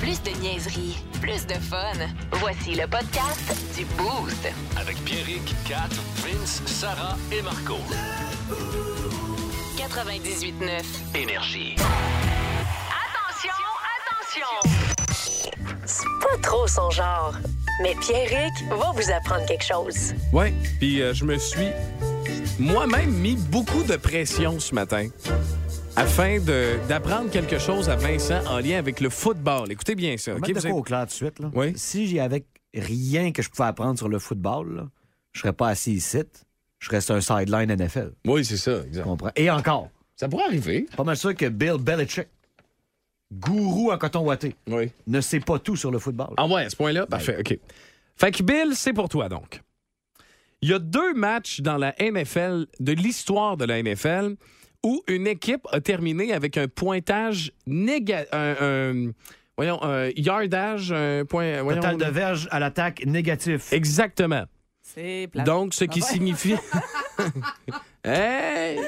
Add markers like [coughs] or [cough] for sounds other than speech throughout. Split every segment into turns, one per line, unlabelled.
Plus de niaiserie, plus de fun. Voici le podcast du Boost.
Avec Pierrick, Kat, Vince, Sarah et Marco.
98.9.
Énergie.
Attention, attention! C'est pas trop son genre, mais Pierrick va vous apprendre quelque chose.
Ouais, puis euh, je me suis moi-même mis beaucoup de pression ce matin afin de- d'apprendre quelque chose à Vincent en lien avec le football. Écoutez bien ça.
On
OK?
va mettre de
Vous
quoi
avez-
au clair tout de suite. Là.
Oui.
Si j'y avais rien que je pouvais apprendre sur le football, là, je serais pas assis ici. Je reste un sideline NFL.
Oui, c'est ça,
Tu
exact.
comprends? Et encore,
Ça pourrait arriver.
pas mal sûr que Bill Belichick, gourou en coton ouaté,
Oui.
ne sait pas tout sur le football.
Ah ouais, à ce point-là, parfait, OK. Fait que Bill, c'est pour toi donc. Il y a deux matchs dans la NFL, de l'histoire de la NFL, où une équipe a terminé avec un pointage négatif. Un, un- voyons, un yardage, un point. voyons.
Total de verge à l'attaque négatif.
Exactement.
C'est plat.
Donc, ce qui signifie. Hey!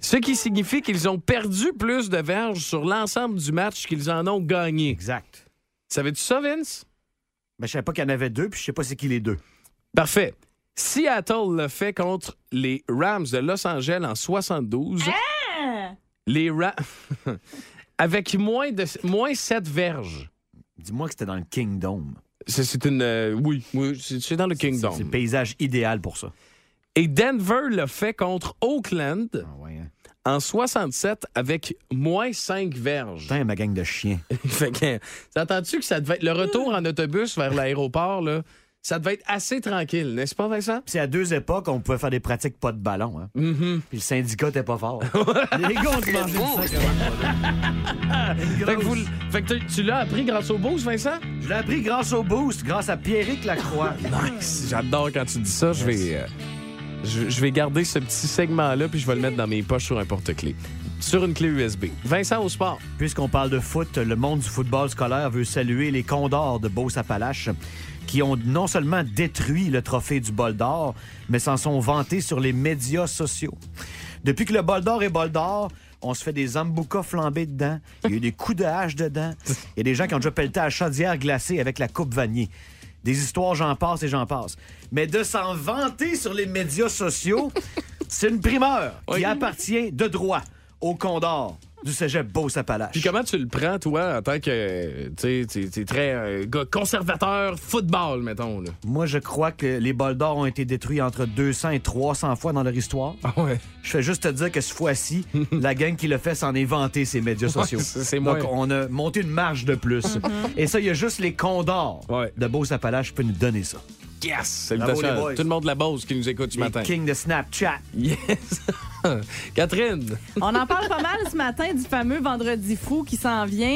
Ce qui signifie qu'ils ont perdu plus de verges sur l'ensemble du match qu'ils en ont gagné.
Exact.
Savais-tu ça, Vince?
Mais je savais pas qu'il y en avait deux, puis je sais pas c'est qui les deux.
Parfait. Seattle le fait contre les Rams de Los Angeles en 72. Les Rams. [laughs] Avec moins de moins 7 verges.
Dis-moi que c'était dans le Kingdom.
C'est- C'est une. euh, oui, oui, c'est c'est dans le Kingdom.
C'est le paysage idéal pour ça.
Et Denver le fait contre Oakland
Ah ouais, hein.
en 67 avec moins 5 verges.
Putain, ma gang de chiens.
[laughs] Fait que, t'entends-tu que ça devait être le retour en autobus vers l'aéroport, là? Ça devait être assez tranquille, n'est-ce pas, Vincent?
C'est à deux époques on pouvait faire des pratiques pas de ballon. Hein. Puis le syndicat était pas fort. les gars, on se mangeait le sac avant. Une
Fait que,
grosse-
vous- fait que tu- tu l'as appris grâce au boost, Vincent?
Je l'ai appris grâce au boost, grâce à Pierrick Lacroix.
Nice. Ah, J'adore quand tu dis ça. Je vais, euh, je, je vais garder ce petit segment-là puis je vais le mettre dans mes poches sur un porte-clés. Sur une clé USB. Vincent au sport.
Puisqu'on parle de foot, le monde du football scolaire veut saluer les Condors de Beauce-Appalaches qui ont non seulement détruit le trophée du Bol d'Or, mais s'en sont vantés sur les médias sociaux. Depuis que le Bol d'Or est Bol d'Or, on se fait des amboucas flambés dedans. Il y a eu des coups de hache dedans. Il y a des gens qui ont déjà pelleté à chaudière glacée avec la coupe vanier. Des histoires, j'en passe et j'en passe. Mais de s'en vanter sur les médias sociaux, c'est une primeur qui appartient de droit au Condor du cégep Beauce-Appalaches.
Puis comment tu le prends, toi, en tant que. euh, Tu sais, t'es- t'es très euh, gars conservateur football, mettons. Là.
Moi, je crois que les bols d'or ont été détruits entre 200 et 300 fois dans leur histoire.
Ah ouais.
Je fais juste te dire que ce
[laughs]
fois-ci, la gang qui le fait s'en est vantée, ses médias sociaux.
c'est- c'est
Donc,
moins.
on a monté une marge de plus. et ça, il y a juste les condors
Ouais.
de Beauce-Appalaches qui peuvent nous donner ça.
Yes!
Bravo, les
Salutations à
boys.
tout le monde de la Beauce qui nous écoute ce
Les
matin.
kings de Snapchat.
[laughs] Yes! [laughs] Catherine!
On en parle pas mal ce matin du fameux vendredi fou qui s'en vient.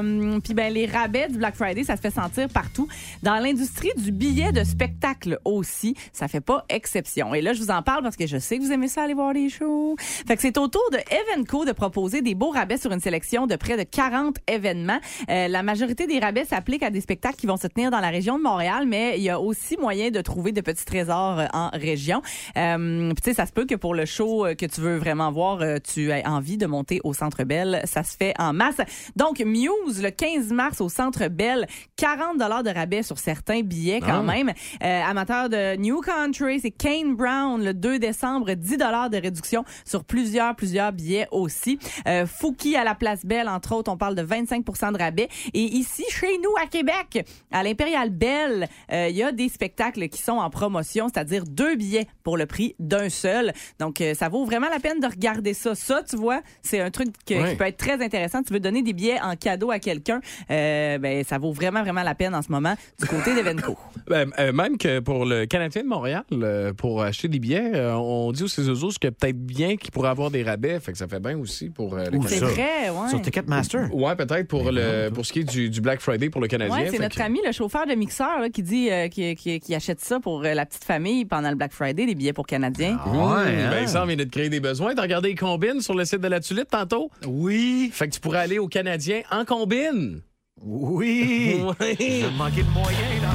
Euh, Puis ben les rabais du Black Friday, ça se fait sentir partout. Dans l'industrie du billet de spectacle aussi, ça fait pas exception. Et là, je vous en parle parce que je sais que vous aimez ça aller voir les shows. Fait que c'est au tour de Evenco de proposer des beaux rabais sur une sélection de près de 40 événements. Euh, la majorité des rabais s'appliquent à des spectacles qui vont se tenir dans la région de Montréal, mais il y a aussi moyen de trouver de petits trésors euh, en région. Euh, puis tu sais, ça se peut que pour le show euh, que tu veux vraiment voir, euh, tu aies envie de monter au Centre Bell. Ça se fait en masse. Donc, Muse, le 15 mars au Centre Bell, 40 de rabais sur certains billets quand
Ah.
même. Euh, amateur de New Country, c'est Kane Brown, le 2 décembre, 10 de réduction sur plusieurs, plusieurs billets aussi. Euh, Fouki à la Place Belle, entre autres, on parle de 25 de rabais. Et ici, chez nous, à Québec, à l'Impérial Belle, euh, il y a des spectacles qui sont en promotion, c'est-à-dire deux billets pour le prix d'un seul. Donc, euh, ça vaut vraiment la peine de regarder ça. Ça, tu vois, c'est un truc que-
Ouais.
qui peut être très intéressant. Tu veux donner des billets en cadeau à quelqu'un, euh, ben, ça vaut vraiment, vraiment la peine en ce moment du côté d'Evenco.
Ben, euh, même que pour le Canadien de Montréal, euh, pour acheter des billets, euh, on dit aux Cézozos que peut-être bien qu'ils pourraient avoir des rabais. Fait que ça fait bien aussi pour euh, le
Ou
C'est
ça.
vrai, ouais.
Sur Ticketmaster.
Ouais, peut-être pour, le, pour ce qui est du, du Black Friday pour le Canadien.
Ouais, c'est
Fait
notre
que-
ami, le chauffeur de mixeur, là, qui dit euh, qui, qui- qui achète ça pour euh, la petite famille pendant le Black Friday, les billets pour Canadiens.
Ouais,
Mmh,
hein?
ben, ça, on vient de te créer des besoins. T'as regardé les combines sur le site de la Tulipe tantôt?
Oui,
Fait que tu pourrais aller au Canadien en combine.
oui.
Ouais.
J'ai manqué de moyens, là.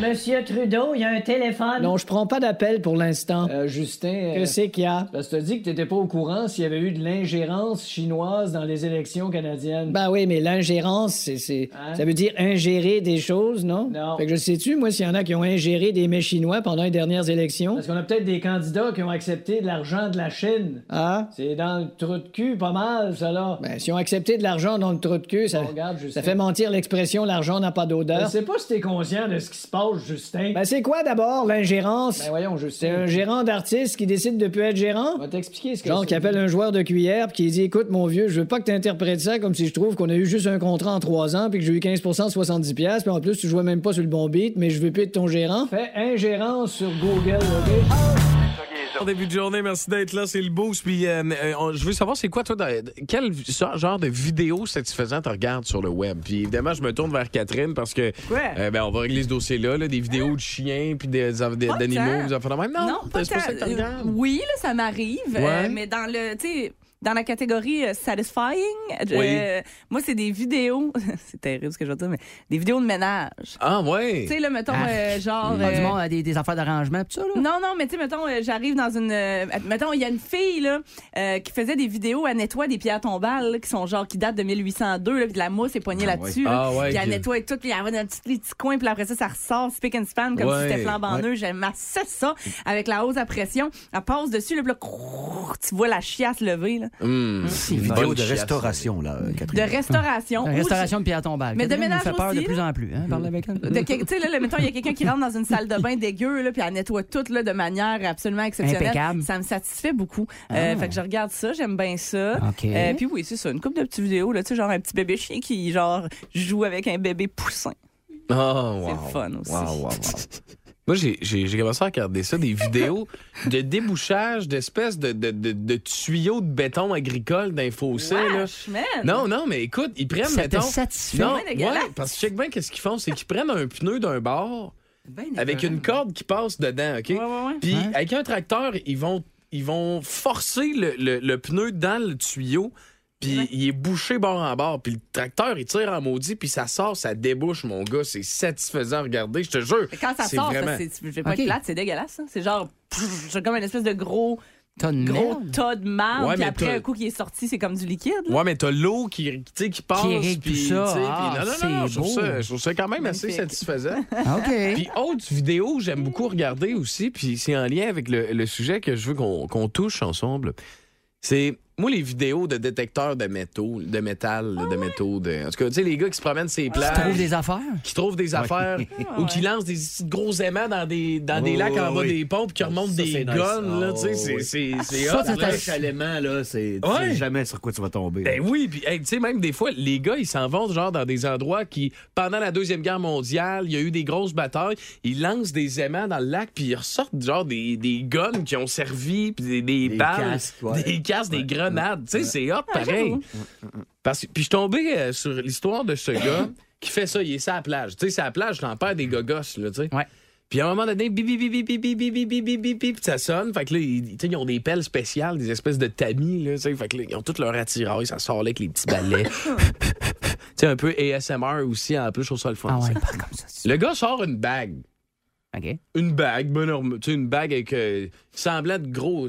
Monsieur Trudeau, il y a un téléphone.
Non, je prends pas d'appel pour l'instant.
Euh, Justin,
Que c'est qu'il y a?
parce que t'as dit que t'étais pas au courant s'il y avait eu de l'ingérence chinoise dans les élections canadiennes.
Ben oui, mais l'ingérence, c'est, c'est-
Hein?
ça veut dire ingérer des choses, non?
Non.
Fait que je sais-tu, moi, s'il y en a qui ont ingéré des mets chinois pendant les dernières élections?
Parce qu'on a peut-être des candidats qui ont accepté de l'argent de la Chine.
Ah?
C'est dans le trou de cul, pas mal, ça là.
Ben, s'ils ont accepté de l'argent dans le trou de cul, ça,
Bon, regarde, Justin.
ça fait mentir l'expression « l'argent n'a pas
Je
d'odeur
sais pas si t'es conscient de ce qui se passe, Justin. ».
Ben, c'est quoi d'abord, l'ingérence?
Ben voyons,
c'est
Justin.
un gérant d'artiste qui décide de plus être gérant?
On va t'expliquer ce que
Genre
c'est.
qui appelle un joueur de cuillère puis qui dit écoute mon vieux je veux pas que t'interprètes ça comme si je trouve qu'on a eu juste un contrat en trois ans puis que j'ai eu 15% de 70 pièces puis en plus tu jouais même pas sur le bon beat mais je veux plus être ton gérant
Fais ingérence sur Google, OK?
Bon début de journée, merci d'être là, c'est le boost. Puis euh, euh, on- je veux savoir, c'est quoi, toi, dans- quel genre de vidéo satisfaisante tu regardes sur le web? Puis évidemment, je me tourne vers Catherine parce que
Ouais.
euh, ben, on va régler ce dossier-là, là, des vidéos de chiens, puis des- des-
Pas
d'animaux,
tant.
des enfants de même. Non,
Ah. pas
c'est pas ça que tu
tant. Euh,
regardes.
Oui, là, ça m'arrive, euh,
Ouais.
mais dans le, tu sais, dans la catégorie euh, satisfying, euh, moi, c'est des vidéos, [laughs] c'est terrible ce que je veux dire, mais des vidéos de ménage.
Ah, ouais.
Tu sais, là, mettons,
Ah.
euh, genre...
Pas du
euh,
monde a des, des affaires d'arrangement, pis ça, là.
Non, non, mais tu sais, mettons, euh, j'arrive dans une. euh, mettons, il y a une fille, là, euh, qui faisait des vidéos, elle nettoie des pierres tombales, là, qui sont genre, qui datent de 1802, là, puis de la mousse est poignée
Ah,
là-dessus.
ouais.
là.
Ah, ouais,
Puis elle
que-
nettoie tout, puis elle va dans le petit, les petits coins, puis après ça, ça ressort, spick and span, comme
Ouais,
si c'était flambant
ouais.
neuf. J'aime assez ça, avec la hausse à pression. Elle passe dessus, là, puis là, crrrr, tu vois la chiasse lever, là.
Hmm.
C'est une vidéo
Bonne
de
chiasse.
restauration, là, euh,
De
Catherine.
restauration.
La
Ou
restauration de pierre tombale.
Mais de
Catherine
ménage
nous fait peur
aussi,
de plus
là.
en plus, hein, parle avec elle.
de quel- tu sais là, là, mettons il y a quelqu'un qui rentre dans une salle de bain dégueu là puis elle nettoie tout là de manière absolument exceptionnelle
Impeccable.
ça me satisfait beaucoup Euh, fait que je regarde ça j'aime bien ça
OK.
Euh, puis oui c'est ça une coupe de petites vidéos là tu sais genre un petit bébé chien qui genre joue avec un bébé poussin
Oh, wow.
C'est le fun aussi.
Wow, [laughs] wow, wow. Moi, j'ai- j'ai j'ai commencé à regarder ça, des vidéos de débouchage d'espèces de, de, de- de tuyaux de béton agricole d'un fossé. là.
Wesh, man.
Non, non, mais écoute, ils prennent,
Ça te
mettons...
satisfait.
Non,
C'est bien dégueulasse.
ouais, parce que check bien qu'est-ce qu'ils font, c'est qu'ils prennent un pneu d'un
[laughs]
bord avec une corde qui passe dedans, OK?
Ouais, ouais, ouais.
Puis
Ouais.
avec un tracteur, ils vont, ils vont forcer le, le- le pneu dans le tuyau, puis il est bouché bord en bord, puis le tracteur, il tire en maudit, puis ça sort, ça débouche, mon gars, c'est satisfaisant à regarder, je te jure.
Mais quand ça
C'est
sort ça,
vraiment-
c'est je vais pas
OK.
être plate c'est dégueulasse hein. c'est genre pff, c'est comme une espèce de gros
T'as une
gros
merde.
tas de marde
Ouais,
puis
mais
après
t'as-
un coup qui est sorti c'est comme du liquide là.
Ouais, mais t'as l'eau qui, tu sais, qui passe.
irrigue
puis,
tout ça.
tu sais, puis-
Ah,
non, non, non,
c'est
je trouve,
beau.
ça, je trouve ça quand même assez
Magnifique.
satisfaisant.
[laughs] OK.
Puis autre vidéo que j'aime beaucoup regarder aussi, puis c'est en lien avec le, le sujet que je veux qu'on qu'on touche ensemble, c'est moi les vidéos de détecteurs de métaux, de métal,
Ah
de métaux, de en tout cas tu sais les gars qui se promènent ces
Tu trouves Ah,
plages,
des Ah affaires?
qui trouvent
[laughs]
des affaires ou qui lancent des petits gros aimants dans des dans des
Oui,
lacs
oui,
en bas
oui.
des pompes,
Ah,
qui remontent
Ça,
des
c'est nice.
guns là, tu sais
Oh,
c'est
oui.
c'est c'est
Ça,
hot,
ça
là.
t'as-
Lèche à l'aimant, là, c'est tu
Ouais.
sais jamais sur quoi tu vas tomber.
Ben oui, puis hey, tu sais, même des fois, les gars, ils s'en vont genre dans des endroits qui, pendant la Deuxième Guerre mondiale, il y a eu des grosses batailles, ils lancent des aimants dans le lac, puis ils ressortent genre des, des guns qui ont servi, puis des, des
Des
balles,
casques, ouais.
des casques, des
Ouais.
grenades. Tu sais, c'est hot pareil.
j'avoue.
Parce, puis je suis tombé euh, sur l'histoire de ce gars qui fait ça, il est sur la plage. Tu sais, sur la plage, t'en perds des gogosses, là, tu sais.
Ouais.
Puis à un moment donné, bip, bip, bip, bip, bip, bip, bip, bip, bip, bip, bip, puis ça sonne. Fait que là, ils, tu sais, ils ont des pelles spéciales, des espèces de tamis, là, tu sais. Fait que là, ils ont tout leur attirail, ça sort là avec les petits balais. tu sais, un peu ASMR aussi, en plus, je trouve ça le fun.
Ah ouais,
ça.
pas comme ça. c'est-
Le gars sort une bague.
OK.
Une bague, ben norme- tu sais, une bague avec euh, semblant de gros,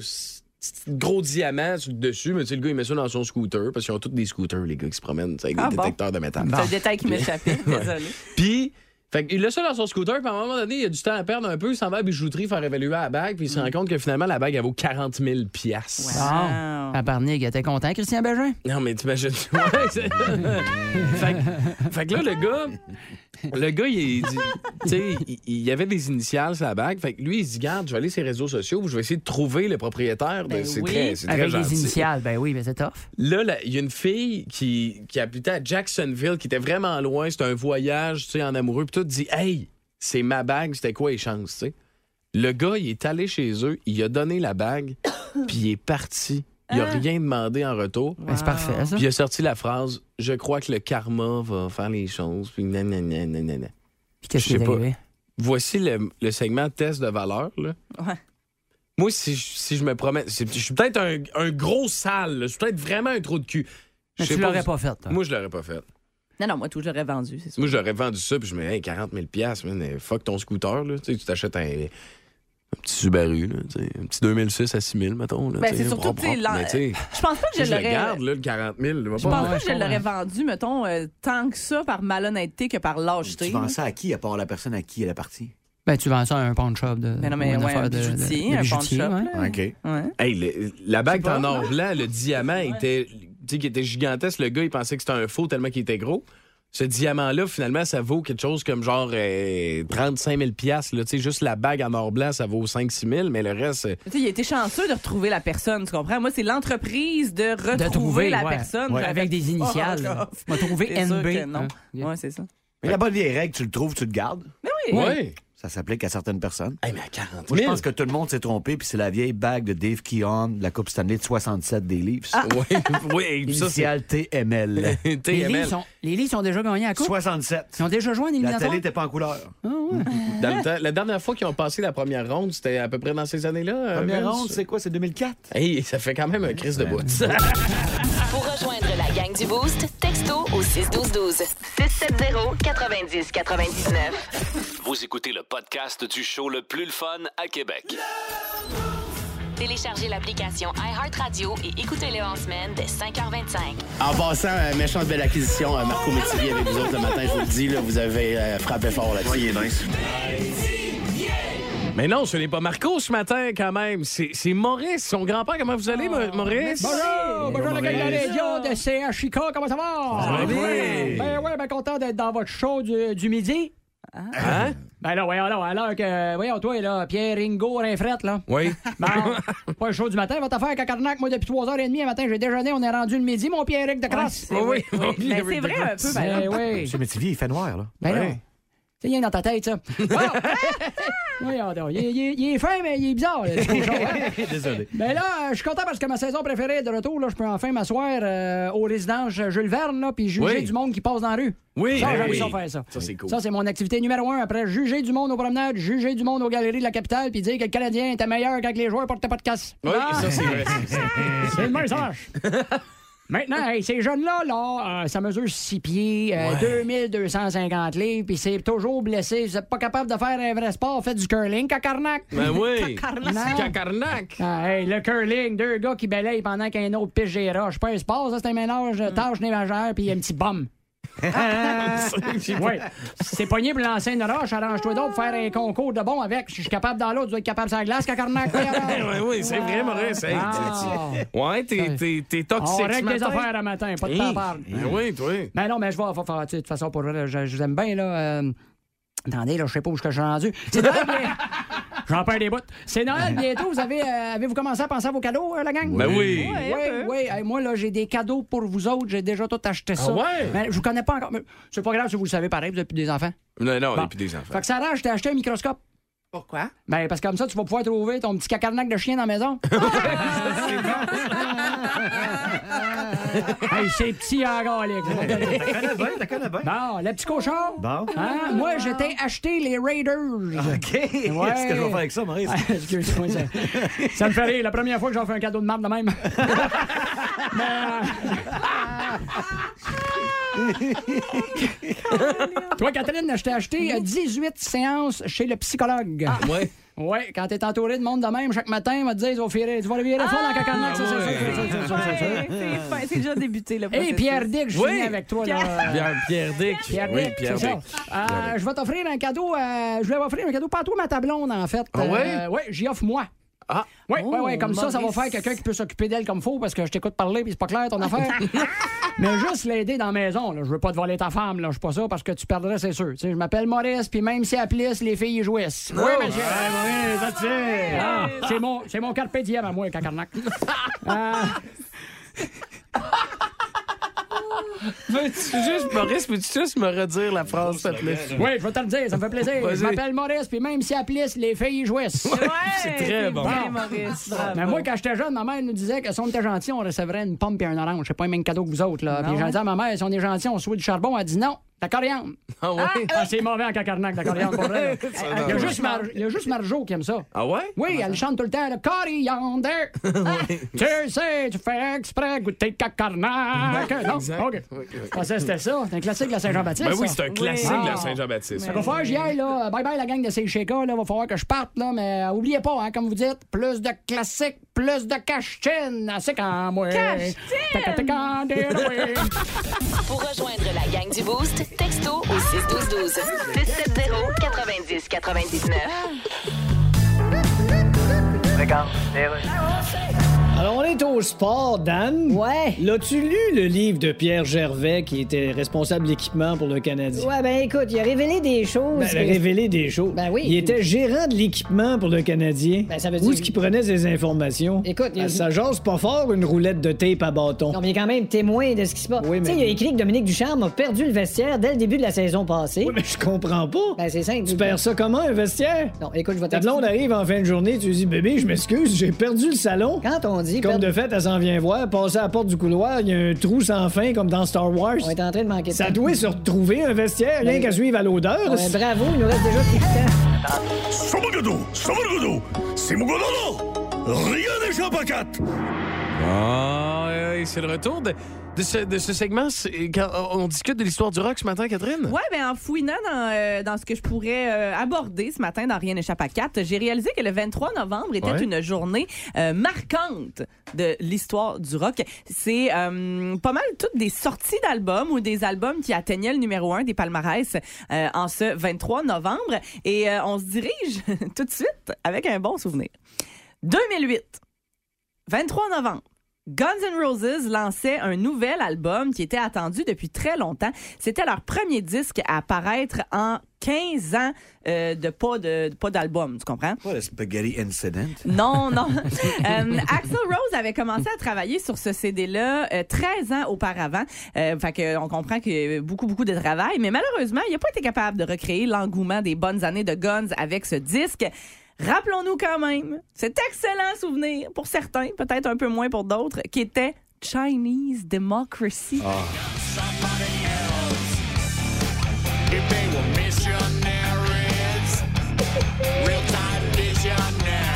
gros diamants sur le dessus, mais tu sais, le gars, il met ça dans son scooter, parce qu'ils ont tous des scooters, les gars, qui se promènent tu sais, avec
Ah
des
bon?
détecteurs de métal.
c'est un détail
[laughs]
qui m'échappait désolé
Puis, fait qu'il laisse ça dans son scooter, puis à un moment donné, il a du temps à perdre un peu, il s'en va à la bijouterie faire évaluer la bague, puis il
Mm.
se rend compte que finalement, la bague, elle vaut 40 000 piastres.
Ah, à Barnier, t'es content, Christian Bégin?
Non, mais t'imagines. [laughs] Ouais, c'est- fait, que- fait que là, le gars, le gars, il, est- il- tu sais, il, il y avait des initiales sur la bague. Fait que lui, il se dit, garde, je vais aller sur les réseaux sociaux, je vais essayer de trouver le propriétaire. De...
Ben
c'est
oui.
très, c'est très
Avec
gentil.
des initiales, ben oui, ben c'est tough.
Là, là, il y a une fille qui, qui habitait à Jacksonville, qui était vraiment loin, c'était un voyage, tu sais, en amoureux, puis tout, dit Hey, c'est ma bague, c'était quoi les chances, tu sais? Le gars, il est allé chez eux, il a donné
[coughs]
la bague, puis il est parti. Il a rien demandé en retour.
Ben, Hein? c'est parfait, ça.
Puis il a sorti la phrase Je crois que le karma va faire les choses, puis nanana, nanana.
Puis qu'est-ce
je
qui est
sais pas.
arrivé?
Voici le, le segment test de valeur, là.
Ouais.
Moi, si, je- si je me promets, c'est- je suis peut-être un, un gros sale, là. je suis peut-être vraiment un trou de cul.
Mais
Je sais
tu l'aurais
vous-
Ah.
pas fait, toi.
Moi, je l'aurais pas fait.
Non, non, moi, tout, je l'aurais vendu, c'est sûr.
Moi, j'aurais vendu ça, puis je me dis, hey, 40 000 man, eh, fuck ton scooter, là. Tu sais, tu t'achètes un, un petit Subaru, là, tu sais, un petit 2006 à 6 000, mettons. Là,
Ben,
tu sais,
c'est surtout,
propre,
tu sais,
propre,
l'en-
mais tu sais,
Je pense pas que [laughs]
je,
je
le
l'aurais. euh,
garde, là, le 40 000. là, va
Je
pas-
pense
Ouais,
pas que
je
je l'aurais
comprends.
vendu, mettons, euh, tant que ça, par malhonnêteté que par lâcheté.
Tu vends ça à qui, à part la personne à qui elle appartient?
Ben, tu vends ça à un pawn shop de.
Mais non, mais
ou une
ouais,
affaire
un
de-
bijoutier,
de- de
un pawn
bijoutier, ouais.
shop. là.
OK.
Ouais.
Hey, le- la bague
pas,
en
là.
or blanc,
[laughs]
le diamant était, tu sais, qui était gigantesque. Le gars, il pensait que c'était un faux tellement qu'il était gros. Ce diamant-là, finalement, ça vaut quelque chose comme genre euh, 35 000 piastres, là. Tu sais, juste la bague en or blanc, ça vaut 5-6 000, mais le reste, euh,
Tu sais, il a été chanceux de retrouver la personne, tu comprends? Moi, c'est l'entreprise de retrouver
De trouver
la
ouais.
personne.
Ouais.
J'avais-
Avec des initiales.
Oh,
là.
God.
On va trouver
C'est sûr que
NB.
non.
hein.
Ouais, c'est ça.
Mais la bonne vieille règle, tu le trouves, tu le gardes.
Ouais.
ouais.
Ça s'applique à certaines personnes.
Hey, mais à 40
Moi, je
000. [laughs]
pense que tout le monde s'est trompé, puis c'est la vieille bague de Dave Keon, de la Coupe Stanley de 67 des Leafs.
Ah.
Oui, oui, puis ça, c'est
Initial TML.
[laughs]
[laughs]
Les livres,
TML.
sont, les Leafs ont déjà gagné la coupe.
67.
Ils ont déjà joué en
La
éliminatoire.
télé n'était pas en couleur.
Ah, ouais.
Dans le temps, la dernière fois qu'ils ont passé la première ronde, c'était à peu près dans ces années-là. euh,
Première
ben,
Vince?
ronde, c'est quoi? C'est 2004?
Hey, ça fait quand même un crise de bout.
Pour rejoindre la gang du Boost, texto au 612-12. 670-90-99.
Vous écoutez le podcast du show le plus le fun à Québec.
Téléchargez l'application iHeartRadio et écoutez-le en semaine dès 5h25.
En passant, euh, méchante belle acquisition, euh, Marco Métivier avec vous autres le matin, je vous le dis, là, vous avez euh, frappé fort là-dessus.
Mais non, ce n'est pas Marco ce matin, quand même. C'est c'est Maurice, son grand-père. Comment vous allez, Ma- Maurice?
Bonjour, bonjour la gang de la
Légion de CHIK, comment ça va?
va bien?
Ben ouais, ben content d'être dans votre show du, du midi.
Hein?
Ben là, voyons, là, alors que, voyons, toi, là, Pierre Ringo, Rinfrette, là.
Oui.
Bon, pas le show du matin, va t'affaire cacarnac, moi, depuis 3h30 un matin, j'ai déjeuné, on est rendu le midi, mon Pierrick de crasse.
Oui, oui.
Oui,
oui,
ben,
oui,
c'est vrai un peu. ben,
Ben oui.
Eh.
Chez Métivier, il fait noir, là.
[laughs]
Ben non. C'est rien dans ta tête, ça. Wow. [laughs] Voyons donc. Il, est- il est- il est fin, mais il est bizarre, là, ce
[laughs]
cochon, hein.
Eh,
Désolé.
Ben là, euh, je suis content parce que ma saison préférée est de retour. Là, je peux enfin m'asseoir euh, au résidence Jules Verne là, puis juger
Oui.
du monde qui passe dans la rue.
[laughs] Oui,
ça,
ben
j'aime
oui.
ça faire ça.
Ça, c'est cool.
Ça, c'est mon activité numéro un. Après, juger du monde aux promenades, juger du monde aux galeries de la capitale, puis dire que le Canadien était meilleur quand les joueurs portaient pas de casse.
Oui, ça, c'est vrai.
C'est le message. [laughs] Maintenant, hey, ces jeunes-là, là, euh, ça mesure 6 pieds, euh, 2250 livres, puis c'est toujours blessé. Vous êtes pas capable de faire un vrai sport, faites du curling, cacarnac.
Ben oui.
[laughs] Non.
Cacarnac.
Ah, hey, le curling, deux gars qui balayent pendant qu'un autre piche des roches. Pas un sport, ça, c'est un mélange
Hum.
de tâches ménagères puis un
[laughs]
petit bum. oui. C'est pogné pour lancer une roche, arrange-toi d'autres pour faire un concours de bon avec. Si je suis capable dans l'autre, tu dois être capable sur la
[laughs]
glace, cacarnac.
Ben oui, c'est vrai, Maurice. Hey,
Ah.
t'es- t'es- Ouais, t'es- t'es t'es
On
toxique ce
règle des
matin.
affaires à matin, pas de temps
Hey.
à parler.
Ben oui, toi.
Mais non, mais je vais faire, faire- tu sais, de toute façon, pour vrai, je, je vous aime bien, là. euh, attendez, là, je sais pas où je suis rendu. C'est Noël, bien- [laughs] J'en perds des bouts. C'est Noël bientôt. Vous avez, euh, avez-vous commencé à penser à vos cadeaux, euh, la gang?
Ben oui.
Oui, oui. Hey, moi, là, j'ai des cadeaux pour vous autres. J'ai déjà tout acheté ça.
ouais?
Mais je vous connais pas encore. mais C'est pas grave si vous le savez pareil, vous avez plus des enfants.
Non, non, on
Bon.
n'est plus des enfants.
Fait que Sarah, je t'ai acheté un microscope.
Pourquoi?
Ben, parce que comme ça, tu vas pouvoir trouver ton petit cacarnac de chien dans la maison. hey, c'est petit hein, en galique.
T'as bien, t'as connais bien.
Bon, le petit cochon.
Bon.
Ah.
Hein? Moi, j'étais acheté les Raiders.
OK. [laughs] Qu'est-ce que je vais faire avec ça,
Ah,
Maurice?
[laughs] Excuse-moi, ça, ça me fait rire. La première fois que j'en fais un cadeau de marde de même. [laughs] Mais, euh, Toi, Catherine, je t'ai acheté euh, 18 séances chez le psychologue.
Ouais.
Ouais, quand t'es entouré de monde de même chaque matin, il va te dire tu vas virer- tu vas le virer folle
Ah!
en cacarnac, ça, c'est sûr, c'est sûr, c'est sûr, c'est sûr.
Ouais, Ah, c'est fin, c'est déjà débuté, là.
Hey, Pierre Dick, je suis
Ah Oui.
né avec toi. Là.
Pierre, Pierre Dick.
Pierre
oui,
Dick,
Pierre
c'est
Dick.
ça. Euh, je vais t'offrir un cadeau. euh, je voulais offrir un cadeau pas à toi, mais à ta blonde, en fait. Euh,
Ah ouais?
ouais, j'y offre moi.
Ah.
Oui, oui, oui, comme ça, ça va
Maurice.
faire quelqu'un qui peut s'occuper d'elle comme faut parce que je t'écoute parler puis c'est pas clair
[laughs]
ton affaire. Mais juste l'aider dans la maison. Là. Je veux pas te voler ta femme, là. je suis pas ça parce que tu perdrais, c'est sûr. Tu sais, je m'appelle Maurice, puis même si elle plisse, les filles y jouissent. Oui, monsieur. Ah, c'est mon, c'est mon carpe diem à moi,
[laughs]
Cacarnac. Euh,
Peux-tu juste, Maurice, peux-tu juste me redire la phrase, s'il te plaît?
oui, je vais te le dire, ça me fait plaisir.
Vas-y.
Je m'appelle Maurice, puis même si elle plisse, les filles y jouissent.
[laughs] C'est très bon.
Bien, Maurice, bravo.
Mais moi, quand j'étais jeune, ma mère nous disait que si on était gentil, on recevrait une pomme et un orange. C'est pas un même cadeau que vous autres. Là. Puis j'ai dit à ma mère, si on est gentil, on se souhaite du charbon. Elle dit non. La coriandre.
Ah ouais?
Ah, c'est mauvais en cacarnac, la coriandre,
[laughs]
pas vrai. là.
Ça
Il y, a
va.
juste Mar- il y a juste Marjo qui aime ça.
Ah ouais?
Oui, elle chante tout le temps le
[laughs]
coriandre. Ah, tu sais, tu fais exprès goûter cacarnac. Non?
Exact.
OK. Ah, ça, c'était ça. C'est un classique de la Saint-Jean-Baptiste.
Ben oui,
ça.
c'est un classique de la
Ah.
Saint-Jean-Baptiste.
Ça va falloir que j'y aille, là. Bye bye, la gang de Seycheka, là. Va falloir que je parte, là. Mais euh, oubliez pas, hein, comme vous dites, plus de classiques, plus de cash-tin. C'est quand, moi.
Cash-tin!
Pour
rejoindre la gang du Boost, texto au 61212. 670 90 99.
Alors, on est au sport, Dan.
Ouais.
L'as-tu lu le livre de Pierre Gervais qui était responsable d'équipement pour le Canadien?
Ouais, ben écoute, il a révélé des choses.
Ben,
que-
il a révélé des choses.
Ben oui.
Il était gérant de l'équipement pour le Canadien.
Ben, ça veut
Où
dire-
est-ce qu'il prenait ses informations?
Écoute, il a-
Ben, ça jase pas fort une roulette de tape à bâton.
Non, mais il est quand même témoin de ce qui se passe.
Oui,
Tu sais,
mais-
il a écrit que Dominique Ducharme a perdu le vestiaire dès le début de la saison passée.
Oui, mais je comprends pas.
Ben, c'est simple.
Tu perds ça comment, un vestiaire?
Non, écoute, je vais
Ta blonde
t'expliquer.
arrive en fin de journée, tu lui dis bébé, je m'excuse, j'ai perdu le salon.
Quand on dit.
Comme
perdre-
de fait, elle s'en vient voir, passer à la porte du couloir, il y a un trou sans fin comme dans Star Wars.
On est en train de manquer de
Ça
temps.
doit se retrouver un vestiaire, rien
Ben-
qu'à suivre à l'odeur.
Ouais, bravo, il nous reste déjà plus de temps.
Ah, euh, c'est le retour de, de ce, de ce segment. C'est Quand on discute de l'histoire du rock ce matin, Catherine?
Ouais, ben en fouinant dans, euh, dans ce que je pourrais euh, aborder ce matin dans Rien n'échappe à 4, j'ai réalisé que le 23 novembre était
Ouais.
une journée euh, marquante de l'histoire du rock. C'est euh, pas mal toutes des sorties d'albums ou des albums qui atteignaient le numéro un des palmarès euh, en ce 23 novembre. Et euh, on se dirige [laughs] tout de suite avec un bon souvenir. 2008, 23 novembre. Guns N' Roses lançait un nouvel album qui était attendu depuis très longtemps. C'était leur premier disque à apparaître en 15 ans euh, de pas de pas d'album, tu comprends?
Pas le spaghetti incident.
Non, non. Euh, Axel Rose avait commencé à travailler sur ce CD-là euh, 13 ans auparavant. Euh, fait que, on comprend qu'il y a eu beaucoup, beaucoup de travail. Mais malheureusement, il n'a pas été capable de recréer l'engouement des bonnes années de Guns avec ce disque. Rappelons-nous quand même cet excellent souvenir, pour certains, peut-être un peu moins pour d'autres, qui était Chinese Democracy.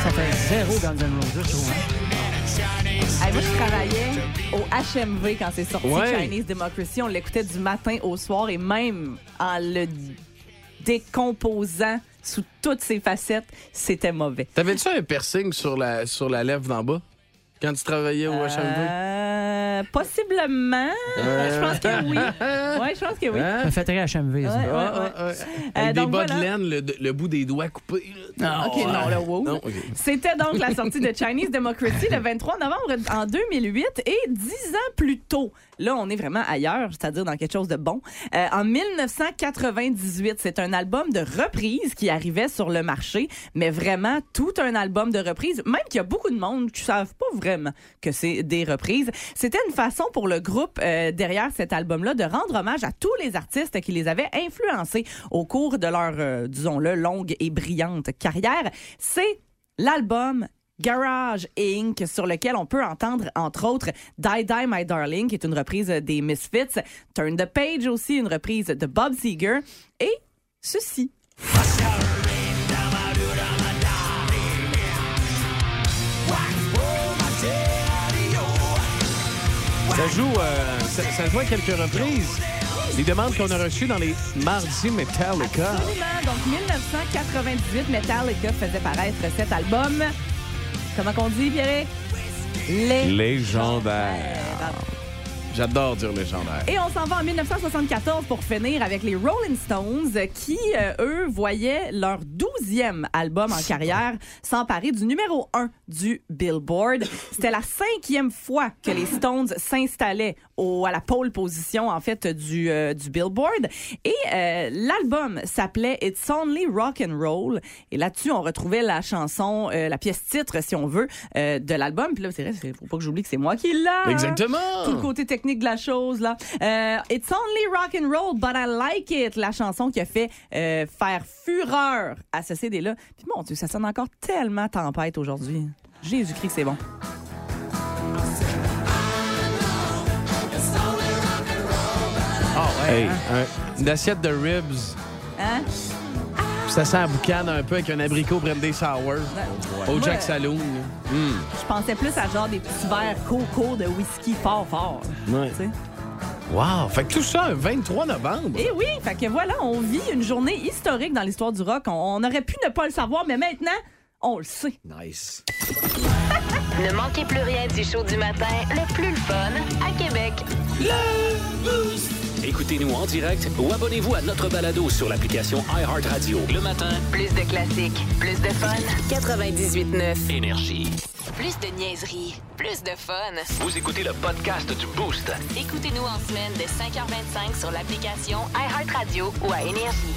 Ça fait zéro Guns N' Roses, je trouve.
Hey, moi, je travaillais au HMV quand c'est sorti
Ouais.
Chinese Democracy. On l'écoutait du matin au soir et même en le décomposant sous toutes ses facettes, c'était mauvais.
T'avais-tu un piercing sur la, sur la lèvre d'en bas quand tu travaillais au HMV?
Euh, possiblement.
Euh.
Je pense que
[laughs]
oui. Ouais, je pense que oui.
Hein?
Ça fait très
Ah,
HMV, ça.
Ouais, ouais, ouais.
Avec
Euh,
des
donc
bas de
voilà.
laine, le, le bout des doigts coupés.
Ah, ok, non, là, wow.
Non, ok.
C'était donc la sortie de Chinese Democracy le 23 novembre en 2008 et dix ans plus tôt. Là, on est vraiment ailleurs, c'est-à-dire dans quelque chose de bon. Euh, en 1998, c'est un album de reprise qui arrivait sur le marché, mais vraiment tout un album de reprise, même qu'il y a beaucoup de monde qui ne savent pas vraiment que c'est des reprises. C'était une façon pour le groupe euh, derrière cet album-là de rendre hommage à tous les artistes qui les avaient influencés au cours de leur, euh, disons-le, longue et brillante carrière. C'est l'album Garage Inc. sur lequel on peut entendre entre autres Die Die My Darling qui est une reprise des Misfits, Turn the Page aussi une reprise de Bob Seger et ceci.
Ça joue, euh, ça, ça joue à quelques reprises. Les demandes qu'on a reçues dans les Mardis Metallica.
Absolument. Donc 1998 Metallica faisait paraître cet album. Comment qu'on dit Pierre Les
Légendaire. J'adore dire légendaire.
Et on s'en va en 1974 pour finir avec les Rolling Stones euh, qui, euh, eux, voyaient leur 12e album en carrière s'emparer du numéro 1 du Billboard. C'était la cinquième fois que les Stones s'installaient au- à la pole position, en fait, du, euh, du Billboard. Et euh, l'album s'appelait It's Only Rock and Roll. Et là-dessus, on retrouvait la chanson, euh, la pièce titre, si on veut, euh, de l'album. Puis là, c'est vrai, c'est- faut pas que j'oublie que c'est moi qui l'ai.
Exactement.
hein? Tout le côté technique de la chose là. Euh, It's only rock and roll, but I like it. La chanson qui a fait euh, faire fureur à ce CD là. Puis mon Dieu, ça sonne encore tellement tempête aujourd'hui. Jésus-Christ, que c'est bon.
Ah ouais. Hey, un- une assiette de ribs.
Hein?
Ça sent la boucane un peu avec un abricot brandy sour. Au
Moi,
Jack
euh,
Saloon.
Je pensais plus à genre des petits verres coco de whisky fort fort.
Mm. Ouais. Wow! Fait que tout ça, un 23 novembre.
Eh oui, fait que voilà, on vit une journée historique dans l'histoire du rock. On, on aurait pu ne pas le savoir, mais maintenant, on le sait.
Nice.
Ne manquez plus rien du show du matin, le plus le fun à Québec.
Écoutez-nous en direct ou abonnez-vous à notre balado sur l'application iHeartRadio. Le matin,
Plus de classiques, plus de fun. 98.9.
énergie.
Plus de niaiserie, plus de fun.
Vous écoutez le podcast du Boost.
Écoutez-nous en semaine de 5h25 sur l'application iHeartRadio ou à Énergie.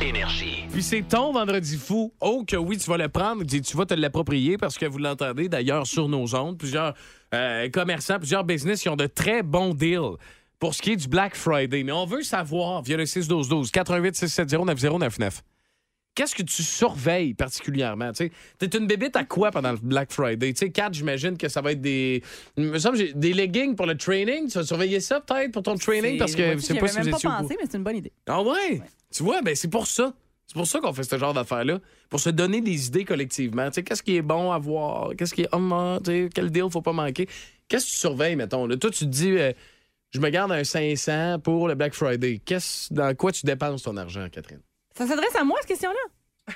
98.9.
Énergie.
Puis c'est ton vendredi fou. Oh que oui, tu vas le prendre. Tu tu vas te l'approprier parce que vous l'entendez d'ailleurs sur nos ondes. Plusieurs euh, commerçants, plusieurs business qui ont de très bons deals pour ce qui est du Black Friday. Mais on veut savoir via le 612-12, 88-670-9099. Qu'est-ce que tu surveilles particulièrement? Tu es une bébite à quoi pendant le Black Friday? Tu sais, 4, j'imagine que ça va être des. il me semble que j'ai- des leggings pour le training. Tu vas surveiller ça peut-être pour ton training parce que
Moi,
je sais
j'y
pas
avais
si
même
vous
pas
étiez au
pensé,
courant.
mais c'est une bonne idée.
Ah ouais? Tu vois, ben c'est pour ça. C'est pour ça qu'on fait ce genre d'affaires-là. Pour se donner des idées collectivement. Tu sais, qu'est-ce qui est bon à voir? Qu'est-ce qui est. Oh, non, tu sais, quel deal faut pas manquer? Qu'est-ce que tu surveilles, mettons? Là? Toi, tu te dis, euh, je me garde un 500 pour le Black Friday. Qu'est-ce, dans quoi tu dépenses ton argent, Catherine?
Ça s'adresse à moi, cette question-là?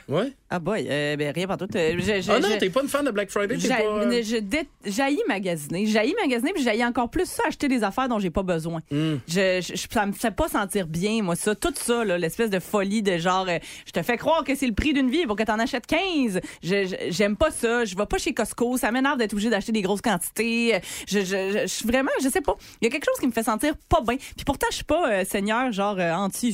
Ouais?
Ah boy, euh, ben rien partout. Euh, je- je-
ah non,
je-
t'es pas une fan de Black Friday? T'es
J'ha-
pas... euh,
ne- je dé- J'haïs magasiner. J'haïs magasiner, puis j'haïs encore plus ça, acheter des affaires dont j'ai pas besoin.
Mm.
Je, je- je- ça me fait pas sentir bien, moi, ça. Tout ça, là, l'espèce de folie de genre, euh, je te fais croire que c'est le prix d'une vie pour que t'en achètes 15. Je- je- J'aime pas ça. Je vais pas chez Costco. Ça m'énerve d'être obligé d'acheter des grosses quantités. Je, je, je- je suis vraiment, je sais pas. Il y a quelque chose qui me fait sentir pas bien. Puis pourtant, je suis pas euh, seigneur, genre euh,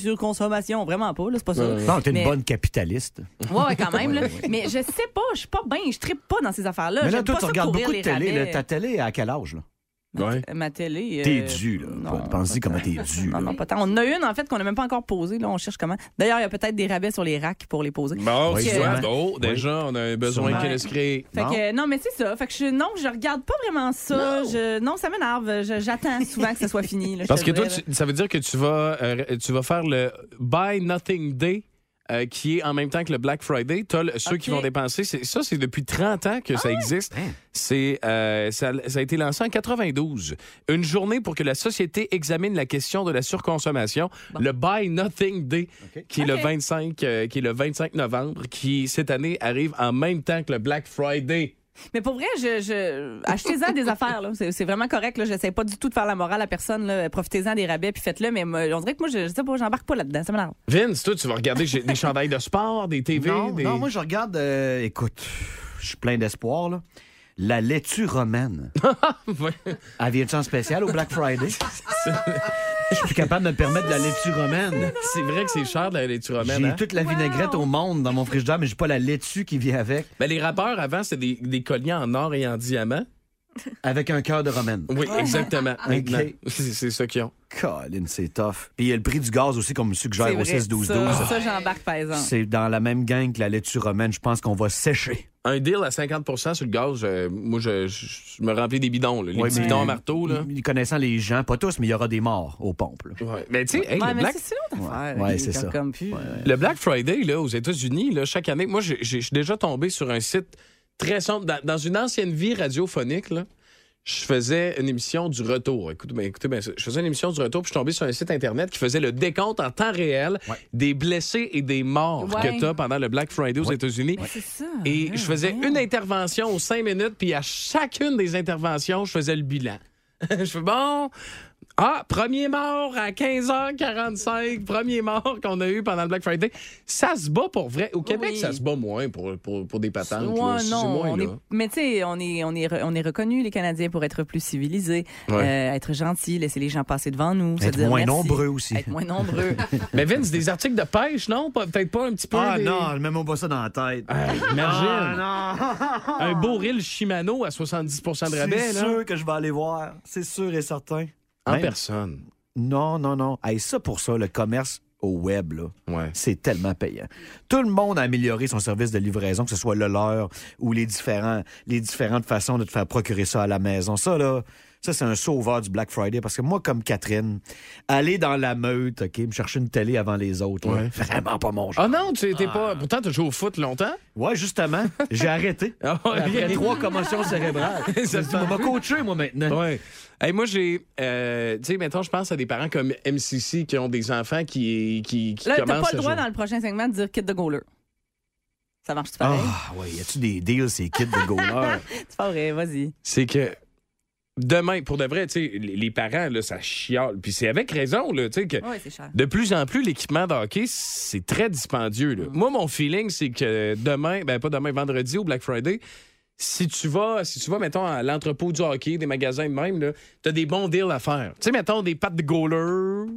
anti-surconsommation. Vraiment pas, là. C'est pas ça.
Non, t'es une
Mais-
bonne capitaliste.
Ouais, ouais, quand même. là.
[laughs] Ouais, ouais.
Mais je sais pas, je suis pas bien, je tripe pas dans ces affaires-là.
Mais là,
J'aime
toi,
pas
tu
ça
regardes
courir
beaucoup de
les
télé. là.
rabais. Euh,
Ta télé, à quel âge? Là?
Ma télé. euh,
T'es dû, là. Pense-y comment t'es dû. là.
Pas tant. On en a une, en fait, qu'on n'a même pas encore posée. Là, on cherche comment. D'ailleurs, il y a peut-être des rabais sur les racks pour les poser.
Bon,
Fait
tu
que-
vois, oh, déjà, on a un besoin
Sûrement.
qui est créé.
Fait que, euh, non, mais c'est ça. Fait que je, non, je regarde pas vraiment ça. Non, je, non ça m'énerve. Je- J'attends souvent que ça soit fini. là, je
Parce
te
que toi,
dirais,
tu- ça veut dire que tu vas, euh, tu vas faire le Buy Nothing Day. euh, qui est en même temps que le Black Friday. T'as le- ceux qui
Ok.
vont dépenser. c'est- Ça, c'est depuis 30 ans que ça existe.
Hein?
C'est, euh, ça, ça a été lancé en 92. Une journée pour que la société examine la question de la surconsommation. Le Buy Nothing Day, qui, est le
Ok.
25, euh, qui est le 25 novembre, qui cette année arrive en même temps que le Black Friday.
Mais pour vrai, je, je... achetez-en des affaires. là. C'est c'est vraiment correct. là. J'essaie pas du tout de faire la morale à personne. là. Profitez-en des rabais puis faites-le. Mais moi, on dirait que moi, je, je sais pas, j'embarque pas là-dedans. Ça m'énerve.
Vince, toi, tu vas regarder j'ai- des chandails de sport, des TV.
Non,
des...
non, moi, je regarde. euh, écoute, je suis plein d'espoir, là. La
[laughs]
laitue romaine. Elle vient-tu en spécial au Black Friday? Je suis plus capable de me permettre de la laitue romaine.
C'est vrai que c'est cher de la laitue romaine.
J'ai
hein?
toute la vinaigrette au monde dans mon frigidaire, mais j'ai pas la laitue qui vient avec.
Ben, les rappeurs, avant, c'était des, des colliers en or et en diamant.
Avec un cœur de romaine.
Oui,
Ah. [laughs]
exactement. Maintenant,
Ok.
c'est c'est ça qu'ils ont.
Colin, c'est tough. Puis il y a le prix du gaz aussi, comme
C'est
suggère au
vrai.
6-12-12.
Ça, ça, j'embarque, par exemple.
C'est dans la même gang que la laitue romaine. Je pense qu'on va sécher.
Un deal à 50 sur le gaz, euh, moi, je, je- je me remplis des bidons. là, les
Ouais,
petits
mais-
bidons à marteau. Là.
Connaissant les gens, pas tous, mais il y aura des morts aux pompes. là.
Mais Ben, tu sais, hey,
Ouais,
le
mais
Black...
c'est si long d'affaires.
Ouais,
Il
c'est
est
ça.
Comme plus.
Le Black Friday, là, aux États-Unis, là, chaque année, moi, j'ai- j'ai- je suis déjà tombé sur un site très sombre. Dans, dans une ancienne vie radiophonique, là, je faisais une émission du retour. Écoutez, ben, écoutez, ben, je faisais une émission du retour, puis je suis tombé sur un site Internet qui faisait le décompte en temps réel des blessés et des morts
Ouais.
que tu as pendant le Black Friday aux États-Unis.
C'est ça.
Et je faisais une intervention aux cinq minutes, puis à chacune des interventions, je faisais le bilan. [laughs] je fais bon. Ah, premier mort à 15h45, premier mort qu'on a eu pendant le Black Friday. Ça se bat pour vrai. Au Québec,
Oui.
ça se bat moins pour, pour, pour des patentes. là.
Ouais,
C'est
non,
moins,
on
là.
est- mais tu sais, on est, on, est, re- on est reconnus, les Canadiens, pour être plus civilisés,
Ouais.
euh, être gentils, laisser les gens passer devant nous. se
Être
dire
moins
merci,
nombreux aussi.
Être moins
[laughs]
nombreux.
Mais Vince, des articles de pêche, non? Pas- Peut-être pas un petit peu.
Ah
des-
non, mets-moi pas ça dans la tête.
[laughs] Imagine.
Ah, non.
Un beau reel Shimano à 70 de rabais,
C'est
là.
sûr que je vais aller voir. C'est sûr et certain.
En
Même-
personne.
Non, non, non. Hey, ça pour ça, le commerce au web, là,
Ouais.
c'est tellement payant. Tout le monde a amélioré son service de livraison, que ce soit le leur ou les, différents, les différentes façons de te faire procurer ça à la maison. Ça, là, Ça, c'est un sauveur du Black Friday. Parce que moi, comme Catherine, aller dans la meute, OK, me chercher une télé avant les autres, là,
Ouais.
vraiment pas mon genre.
Ah non, tu étais pas. Pourtant, tu as joué au foot longtemps?
Ouais, justement. J'ai
[laughs]
arrêté.
Ah
Après trois commotions cérébrales.
Ça
Je me suis dit, on va coacher, moi, maintenant.
Ouais. Hey, moi, j'ai. euh, tu sais, maintenant, je pense à des parents comme MCC qui ont des enfants qui, qui, qui
Là, t'as
commencent
pas le
à
droit
jouer.
dans le prochain segment de dire kit de goaler. Ça marche-tu
Ah,
pareil?
ouais, y a-tu des deals, ces kits de
[laughs]
goalers?
C'est pas vrai, vas-y.
C'est que. Demain, pour de vrai, tu sais, les les parents, là, ça chiale. Puis c'est avec raison, là, tu sais, que
Ouais, c'est cher.
de plus en plus, l'équipement de hockey, c'est très dispendieux. là. Moi, mon feeling, c'est que demain, ben pas demain, vendredi au Black Friday, si tu vas, si tu vas, mettons, à l'entrepôt du hockey, des magasins de même, là, t'as des bons deals à faire. Tu sais, mettons, des pattes de goaler,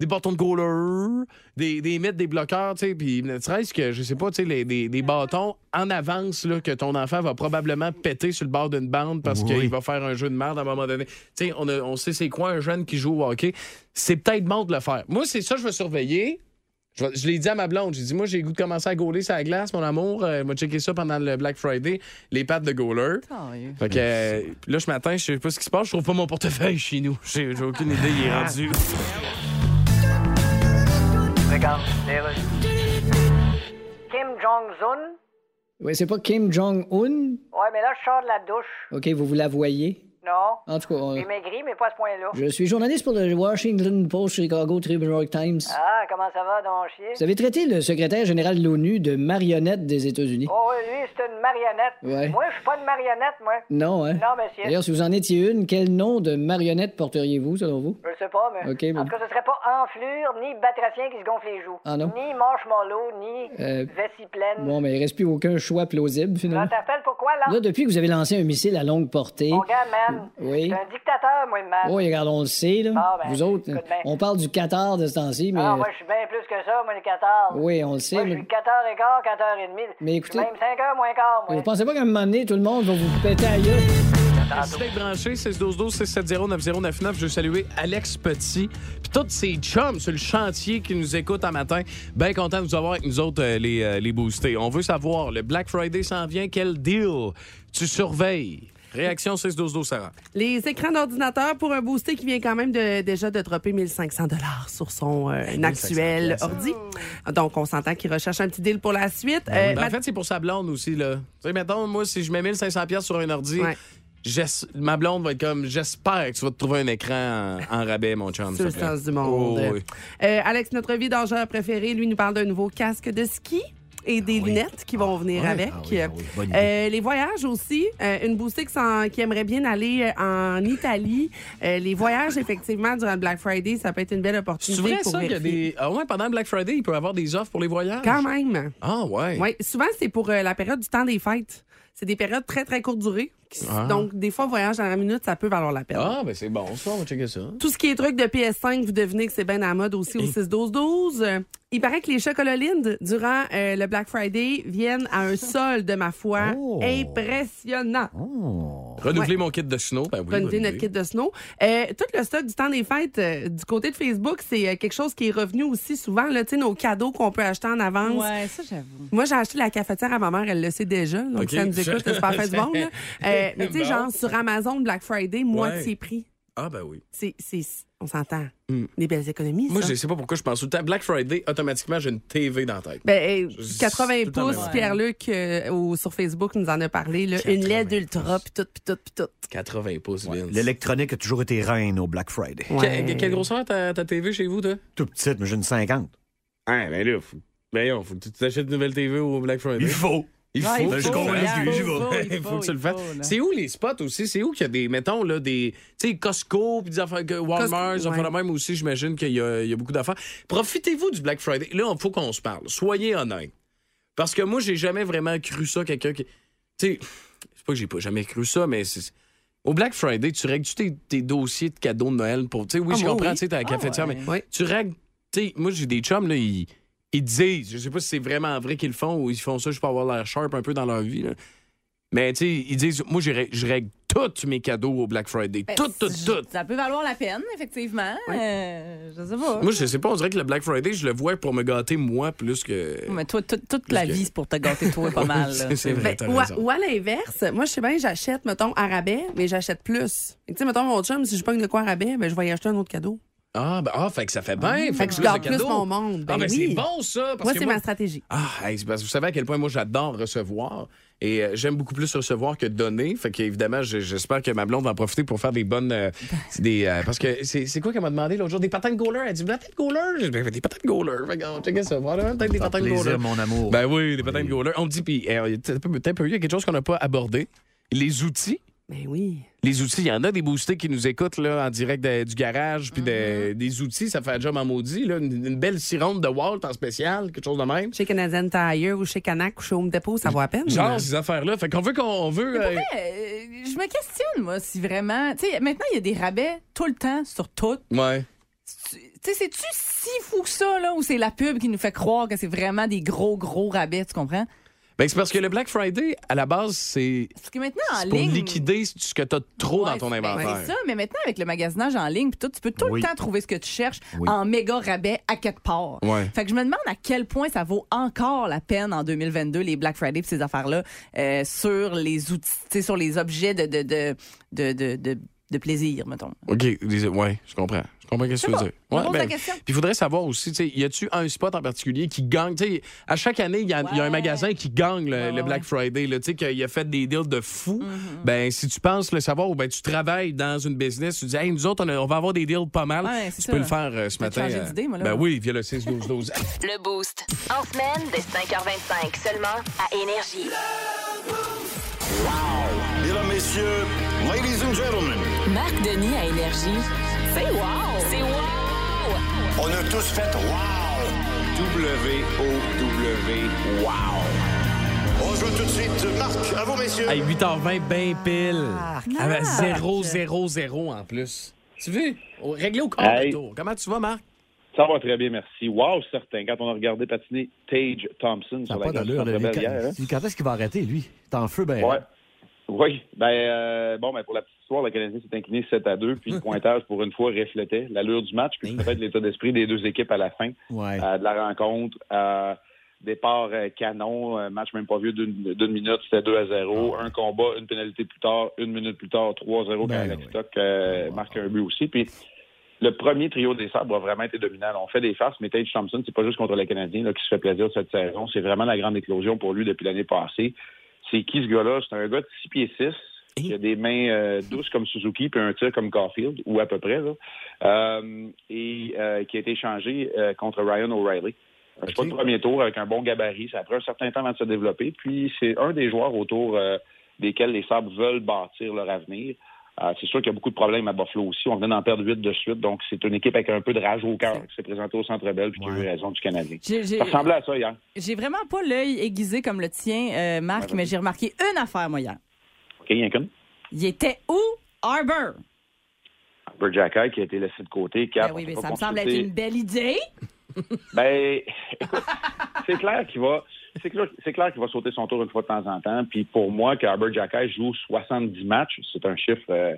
des bâtons de goaler, des, des mythes, des bloqueurs, tu sais, puis ne serait-ce que, je sais pas, tu sais, les- des, des bâtons en avance, là, que ton enfant va probablement péter sur le bord d'une bande parce
Oui.
qu'il va faire un jeu de merde à un moment donné. Tu sais, on, a- on sait c'est quoi un jeune qui joue au hockey. C'est peut-être bon de le faire. Moi, c'est ça que je veux surveiller. Je, vais- je l'ai dit à ma blonde, j'ai dit, moi, j'ai le goût de commencer à gauler sur la glace, mon amour. Euh, m'a checké ça pendant le Black Friday, les pattes de goaler. Fait que euh, là, ce matin, je sais pas ce qui se passe, je trouve pas mon portefeuille chez nous. J'ai j'ai aucune idée, il est rendu.
Regarde, les Russes. Kim Jong-un.
Ouais, c'est pas Kim Jong-un?
Ouais, mais là, je sors de la douche.
OK, vous vous la voyez?
Non.
En tout cas, on-
J'ai maigri, mais pas à ce point-là.
je suis journaliste pour le Washington Post, Chicago Tribune, New York Times.
Ah, comment ça va, donc chier?
Vous avez traité le secrétaire général de l'ONU de marionnette des États-Unis.
Oh, oui, lui, c'est une marionnette.
Ouais.
Moi, je suis pas une marionnette, moi.
Non, hein?
Non, monsieur.
D'ailleurs, si vous en étiez une, quel nom de marionnette porteriez-vous, selon vous?
Je sais pas, mais.
Ok,
en
bon.
tout cas, ce serait pas enflure, ni batracien qui se gonfle les joues.
Ah, non?
Ni marshmallow, ni
Euh,
vessie pleine.
Bon, mais il reste plus aucun choix plausible,
Je
finalement.
t'appelle pourquoi, là?
Là, depuis que vous avez lancé un missile à longue portée...
Mon gars, man.
Oui.
Je suis un dictateur, moi, le man.
Oui, regarde, on le sait, là.
Ah, ben,
vous autres,
écoute bien.
on parle du Qatar de ce temps-ci, mais...
Ah, moi, je suis bien plus que ça, moi, le 14.
Oui, on le sait,
Moi, je
mais-
suis 14 et quart, 14 et demi.
Mais écoutez-
Je suis même 5 heures moins quart, moi.
Vous pensez pas qu'à un moment donné, tout le monde va vous péter à gueule?
Merci d'être branché, 612-12-670-9099. Je veux saluer Alex Petit, puis tous ses chums sur le chantier qui nous écoutent un matin. Bien content de vous avoir avec nous autres, euh, les, euh, les boostés. On veut savoir, le Black Friday s'en vient, quel deal tu surveilles? Réaction 612-12, Sarah.
Les écrans d'ordinateur pour un boosté qui vient quand même de, déjà de dropper 1500 dollars sur son
Ben
euh,
1500
actuel ordi. Donc, on s'entend qu'il recherche un petit deal pour la suite. Euh,
Ben,
ma-
En fait, c'est pour sa blonde aussi, là. Tu sais, mettons, moi, si je mets 1500 pièces sur un ordi, j'es- ma blonde va être comme, j'espère que tu vas te trouver un écran en, en rabais, mon chum.
C'est le
s'il te plaît.
sens du monde.
Oh, oui.
euh, Alex, notre vie d'angeur préféré, lui, nous parle d'un nouveau casque de ski et des lunettes qui vont venir
ouais,
avec.
ah oui, ah oui, bonne idée.
Euh, les voyages aussi. Euh, une boostée qui, s'en- qui aimerait bien aller euh, en Italie. Euh, les voyages, effectivement, durant le Black Friday, ça peut être une belle
C'est
opportunité
vrai,
pour
ça, qu'il y a
vérifier.
des. Ah ouais, pendant le Black Friday, il peut y avoir des offres pour les voyages.
Quand même.
Ah ouais.
Oui, souvent, c'est pour euh, la période du temps des fêtes. C'est des périodes très, très courtes durées. qui-
Ah.
Donc, des fois, voyage à la minute, ça peut valoir la peine.
Ah, ben c'est bon, ça, on va checker ça.
Tout ce qui est truc de PS5, vous devinez que c'est bien à la mode aussi au 6-12-12. Euh, Il paraît que les chocololines, durant euh, le Black Friday, viennent
[laughs]
à un sol de ma foi
Oh.
impressionnant.
Renouveler mon kit de snow, ben oui.
Renouveler
Ah, bonne
notre
idée.
kit de snow. Euh, tout le stock du temps des fêtes euh, du côté de Facebook, c'est euh, quelque chose qui est revenu aussi souvent. Là, Tu sais, nos cadeaux qu'on peut acheter en avance.
Ouais, ça, j'avoue.
Moi, j'ai acheté la cafetière à ma mère, elle le sait déjà. Donc,
Ok.
ça nous écoute, c'est
[laughs]
pas fait du monde. là. Euh, mais tu sais,
Bon.
genre, sur Amazon, Black Friday, moitié
Ouais.
prix.
Ah, ben oui.
C'est, c'est, on s'entend.
Hmm.
Des belles économies.
Moi,
ça.
je sais pas pourquoi je pense tout le temps. Black Friday, automatiquement, j'ai une TV dans la tête.
Ben, hey,
Je-
80
tout le temps
pouces,
la même.
Pierre-Luc euh, au- sur Facebook nous en a parlé. là. une LED ultra, puis tout, puis tout, puis tout.
80 pouces, Vince.
L'électronique a toujours été reine au Black Friday.
Que- que- quelle grosseur ta, ta TV chez vous, toi?
Tout petite, mais j'ai une 50.
Hein, ben là, faut... Ben, on, faut que tu t'achètes une nouvelle TV au Black [laughs] Friday.
Il faut.
Il
Ouais,
faut.
il Ben, je faut, comprends, là. j'y vais.
[laughs] Il faut que tu le fasses. C'est où les spots aussi? C'est où qu'il y a des, mettons, là, des, tu sais, Costco, puis des affaires, que- Walmart,
Costco,
des affaires de même aussi, j'imagine qu'il y, a- il y a beaucoup d'affaires. Profitez-vous du Black Friday. Là, il faut qu'on se parle. Soyez honnêtes. Parce que moi, j'ai jamais vraiment cru ça, quelqu'un qui. Tu sais, c'est pas que j'ai pas jamais cru ça, mais c'est- Au Black Friday, tu règles-tu tes, tes dossiers de cadeaux de Noël pour. Tu sais, oui,
Ah,
je
moi,
comprends,
oui.
tu sais, t'as la
Ah,
cafetière,
ouais.
mais tu règles. Tu sais, moi, j'ai des chums, là, ils, ils disent, je sais pas si c'est vraiment vrai qu'ils le font ou ils font ça juste pour avoir l'air sharp un peu dans leur vie, là. Mais tu sais, ils disent, moi, je rè- je règle tous mes cadeaux au Black Friday.
Ben,
tout, tout,
si-
tout.
Ça peut valoir la peine, effectivement. Euh, je sais pas.
Moi, je sais pas, on dirait que le Black Friday, je le vois pour me gâter moi plus que.
Mais toi, tout- toute la
Parce que-
vie, c'est pour te gâter, toi,
[laughs]
pas mal. là.
C'est- c'est
Ben,
vrai, t'as
ou, à,
raison.
ou à l'inverse, moi, je sais bien, j'achète, mettons, à rabais, mais j'achète plus. Fait que, Tu sais, mettons, mon chum, si je pogne de quoi à rabais, ben, je vais y acheter un autre cadeau.
Ah, ben, ah, fait que ça fait bien.
Ah. Fait
fait que
que je
c'est
garde
plus de cadeaux.
plus mon monde.
ah,
Ben
ben,
oui.
c'est bon, ça. Parce
Moi,
que
c'est ma stratégie.
Ah, hey, c'est parce que vous savez à quel point moi, j'adore recevoir. Et euh, j'aime beaucoup plus recevoir que donner. Fait qu'évidemment, je- j'espère que ma blonde va en profiter pour faire des bonnes. euh, des, euh, parce que c'est c'est quoi qu'elle m'a demandé l'autre jour? Des patates goalers. Elle dit, patates goalers? J'ai dit, Ben, des patates goalers. Fait qu'on checkait ça. Voilà, peut-être des patates
plaisir,
goalers.
mon amour.
Ben oui, des patates goalers. On me dit, puis, euh, t'as un peu- t'as un peu, il y a quelque chose qu'on n'a pas abordé. Les outils.
Ben oui.
Les outils, il y en a des boostés qui nous écoutent là, en direct de- du garage, puis
Mm-hmm.
de- des outils, ça fait un job en maudit. Là. Une, une belle sironde de Walt en spécial, quelque chose de même.
Chez Canadian Tire ou chez Canac ou chez Home Depot, ça vaut à peine.
Genre, ces affaires-là. Fait qu'on veut qu'on on veut. euh,
Ouais, euh, je me questionne, moi, si vraiment. Tu sais, maintenant, il y a des rabais tout le temps sur tout.
Ouais.
Tu sais, c'est-tu si fou que ça, là, ou c'est la pub qui nous fait croire que c'est vraiment des gros, gros rabais, tu comprends?
Ben, c'est parce que le Black Friday, à la base, c'est
Parce que maintenant,
Ah,
en
c'est pour
ligne.
liquider ce que t'as de trop dans ton
Ben,
inventaire.
c'est ça, mais maintenant, avec le magasinage en ligne, puis tout, tu peux tout
Oui.
le temps trouver ce que tu cherches
Oui.
en méga rabais à quatre parts.
Ouais.
Fait que je me demande à quel point ça vaut encore la peine en 2022, les Black Friday et ces affaires-là, euh, sur les outils, tu sais, sur les objets de, de, de, de, de, de- de plaisir, mettons.
OK, les- ouais, je comprends. Je comprends ce que tu veux
C'est
dire.
bon. On
Ouais, ben,
pose la question.
Puis il faudrait savoir aussi, tu sais, y a-tu un spot en particulier qui gagne? Tu sais, à chaque année, il y, a- il y a un magasin qui gagne le, le Black Friday, là, tu sais, qu'il a fait des deals de fou.
Mm-hmm.
Ben, si tu penses le savoir, ou ben, tu travailles dans une business, tu dis, hey, nous autres, on, a- on va avoir des deals pas mal.
Ouais,
tu
c'est
peux
ça.
le faire euh, ce
Je vais te
matin.
changer
euh,
d'idée, moi, là.
ben oui, via le 6-12-12.
Le Boost. En semaine, dès 5h25, seulement à Énergie.
Mesdames, Messieurs, ladies and gentlemen,
Marc Denis à Énergie. C'est wow! C'est wow!
on a tous fait wow! W-O-W, wow! On joue tout de suite, Marc, à vous, messieurs!
À 8h20, ben pile. Ah, ben,
Marc.
0-0-0 en plus. Tu veux? Au- Réglé au corps
Hey.
le tour. Comment tu vas, Marc?
Ça va très bien, merci. Wow, certain. Quand on a regardé patiner Tage Thompson
Ça
sur
n'a
Ah, la
pas
glace
d'allure. là.
de
Lui,
Belle hier, hein?
Quand lui, quand est-ce qu'il va arrêter, lui? T'es en feu, ben.
Ouais. Oui, ben euh, bon, ben pour la petite histoire, le Canadien s'est incliné 7 à 2, puis le pointage pour une fois reflétait l'allure du match, puis peut-être l'état d'esprit des deux équipes à la fin
Ouais.
euh, de la rencontre. Euh, départ euh, canon, euh, match même pas vieux d'une d'une minute, c'était 2 à 0. Un combat, une pénalité plus tard, une minute plus tard, 3 à 0
Ah Ben
quand Alex Stock euh, marque un but aussi. Puis le premier trio des sabres a vraiment été dominant. On fait des faces, mais Tage Thompson, c'est pas juste contre les Canadiens là, qui se fait plaisir cette saison. C'est vraiment la grande éclosion pour lui depuis l'année passée. C'est qui ce gars-là? C'est un gars de 6 pieds 6. qui a des mains euh, douces comme Suzuki, puis un tir comme Caulfield, ou à peu près, là. Euh, et euh, qui a été échangé euh, contre Ryan O'Reilly. Euh, Un choix de premier tour avec un bon gabarit. Ça a pris un certain temps avant de se développer. Puis c'est un des joueurs autour euh, desquels les Sabres veulent bâtir leur avenir. Euh, c'est sûr qu'il y a beaucoup de problèmes à Buffalo aussi. On vient d'en perdre huit de suite. Donc c'est une équipe avec un peu de rage au cœur qui s'est présentée au Centre Bell puis qui a eu raison du Canadien.
J'ai- j'ai-
Ça ressemblait à ça hier.
J'ai vraiment pas l'œil aiguisé comme le tien, euh, Marc, mais j'ai remarqué une affaire, moi, hier.
OK, Yankin?
Il était où? Harbour.
Albert Jacquet qui a été laissé de côté. Cap,
Ben
on
oui,
s'est
mais
pas
ça me semble être
consulté.
une belle idée.
Ben, [laughs] écoute, c'est clair qu'il va. C'est clair, c'est clair qu'il va sauter son tour une fois de temps en temps. Puis pour moi, que Herbert Jacquet joue 70 matchs, c'est un chiffre euh,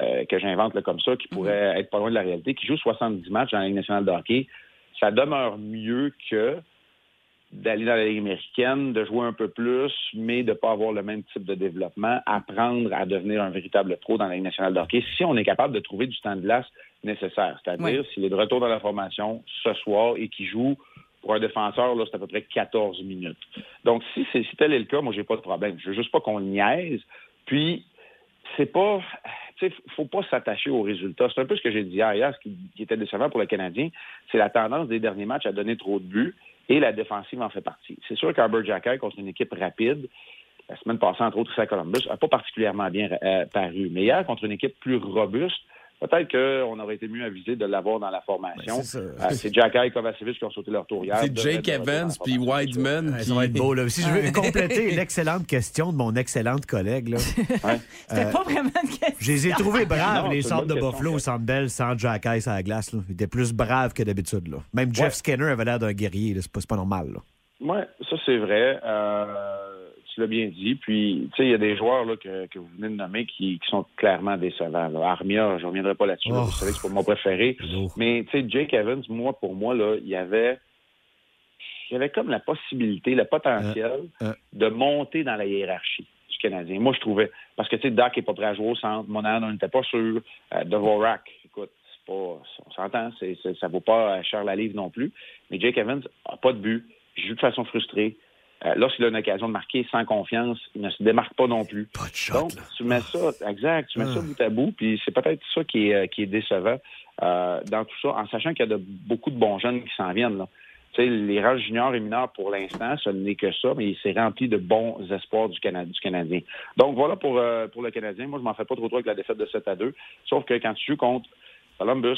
euh, que j'invente là, comme ça, qui pourrait être pas loin de la réalité, qui joue 70 matchs dans la Ligue nationale de hockey, ça demeure mieux que d'aller dans la Ligue américaine, de jouer un peu plus, mais de ne pas avoir le même type de développement, apprendre à devenir un véritable pro dans la Ligue nationale de hockey si on est capable de trouver du temps de glace nécessaire. C'est-à-dire s'il est de retour dans la formation ce soir et qu'il joue pour un défenseur, là, c'est à peu près 14 minutes. Donc, si, c'est- si tel est le cas, moi, j'ai pas de problème. Je veux juste pas qu'on le niaise. Puis, c'est pas. Tu sais, faut pas s'attacher aux résultats. C'est un peu ce que j'ai dit hier. Hier, ce qui, qui était décevant pour le Canadien, c'est la tendance des derniers matchs à donner trop de buts et la défensive en fait partie. C'est sûr qu'Arbor Jacker, contre une équipe rapide, la semaine passée, entre autres, ici à Columbus, n'a pas particulièrement bien euh, paru. Mais hier, contre une équipe plus robuste, peut-être qu'on aurait été mieux avisé de l'avoir dans la formation.
Ben, c'est ça.
Euh,
[laughs]
c'est Jacker et Kovacevic qui ont sauté leur tour hier.
C'est
Devraient
Jake
être de retour
Evans puis Wideman.
Ça va être beau, là. Si je veux
Ouais.
[laughs] compléter l'excellente question de mon excellente collègue, là.
C'était
euh,
pas vraiment une question.
[laughs]
Je les ai trouvés braves,
Non,
les
c'est
sortes
une
de
bonne
Buffalo au Centre Bell, sans Jack Ice à la glace. Là. Ils étaient plus braves que d'habitude. là. Même Jeff Skinner avait l'air d'un guerrier. là. C'est pas, c'est pas normal. là.
Oui, ça c'est vrai. Euh, tu l'as bien dit. Puis, tu sais, il y a des joueurs là, que, que vous venez de nommer qui, qui sont clairement décevants. là. Armia, je reviendrai pas là-dessus. là.
Oh.
Vous savez, c'est pas mon préféré. Mais, tu sais, Jake Evans, moi, pour moi, là, il y avait... Il y avait comme la possibilité, le potentiel de monter dans la hiérarchie du Canadien. Moi, je trouvais... Parce que, tu sais, Doc n'est pas prêt à jouer au centre. Monahan, on n'était pas sûr. Euh, Dvorak, écoute, c'est pas... On s'entend, c'est, c'est- ça vaut pas euh, cher la livre non plus. Mais Jake Evans n'a pas de but. Joue de façon frustrée. Euh, lorsqu'il a une occasion de marquer sans confiance, il ne se démarque pas non plus. Donc,
[laughs]
tu mets ça, exact, tu mets ça bout à bout, puis c'est peut-être ça qui est, euh, qui est décevant euh, dans tout ça, en sachant qu'il y a de, beaucoup de bons jeunes qui s'en viennent. Là. Tu sais, les rangs juniors et mineurs, pour l'instant, ce n'est que ça, mais il s'est rempli de bons espoirs du, Cana- du Canadien. Donc, voilà pour, euh, pour le Canadien. Moi, je m'en fais pas trop trop avec la défaite de 7 à 2, sauf que quand tu joues contre Columbus,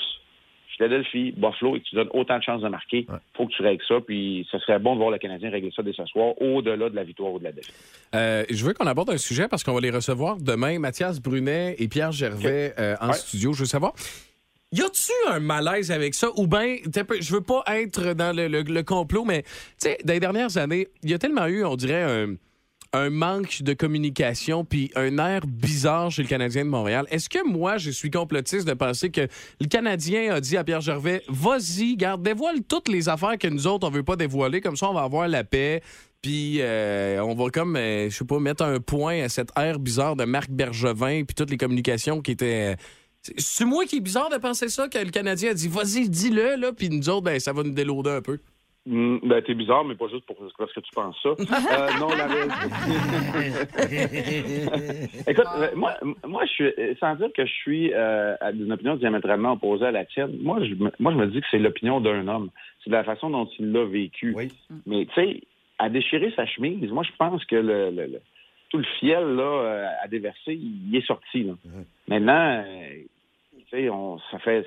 Philadelphie, Buffalo et que tu donnes autant de chances de marquer, il faut que tu règles ça. Puis ce serait bon de voir le Canadien régler ça dès ce soir, au-delà de la victoire ou de la défaite.
Euh, je veux qu'on aborde un sujet parce qu'on va les recevoir demain, Mathias Brunet et Pierre Gervais euh, en studio. Je veux savoir, y a-tu un malaise avec ça ou bien, t'as peu- je veux pas être dans le, le- le complot, mais tu sais, dans les dernières années, il y a tellement eu, on dirait, un, un manque de communication puis un air bizarre chez le Canadien de Montréal. Est-ce que moi, je suis complotiste de penser que le Canadien a dit à Pierre Gervais, vas-y, garde, dévoile toutes les affaires que nous autres, on veut pas dévoiler, comme ça, on va avoir la paix. Puis euh, on va comme, euh, je sais pas, mettre un point à cette ère bizarre de Marc Bergevin puis toutes les communications qui étaient... euh, C'est- C'est moi qui est bizarre de penser ça, que le Canadien a dit, vas-y, dis-le, là, puis nous autres, ben, ça va nous déloader un peu.
Hmm, ben, t'es bizarre, mais pas juste pour, parce que tu penses ça. Euh, non, la vérité- Écoute, euh, moi, moi, je suis, euh, sans dire que je suis euh, à- d'une opinion diamétralement opposée à la tienne, moi, je, me- moi, je me dis que c'est l'opinion d'un homme. C'est la façon dont il l'a vécu. Mais, tu sais, à déchirer sa chemise, moi, je pense que le, le- le- tout le fiel, là, euh, à déverser, il est sorti, là. Maintenant, euh, tu sais, on, ça fait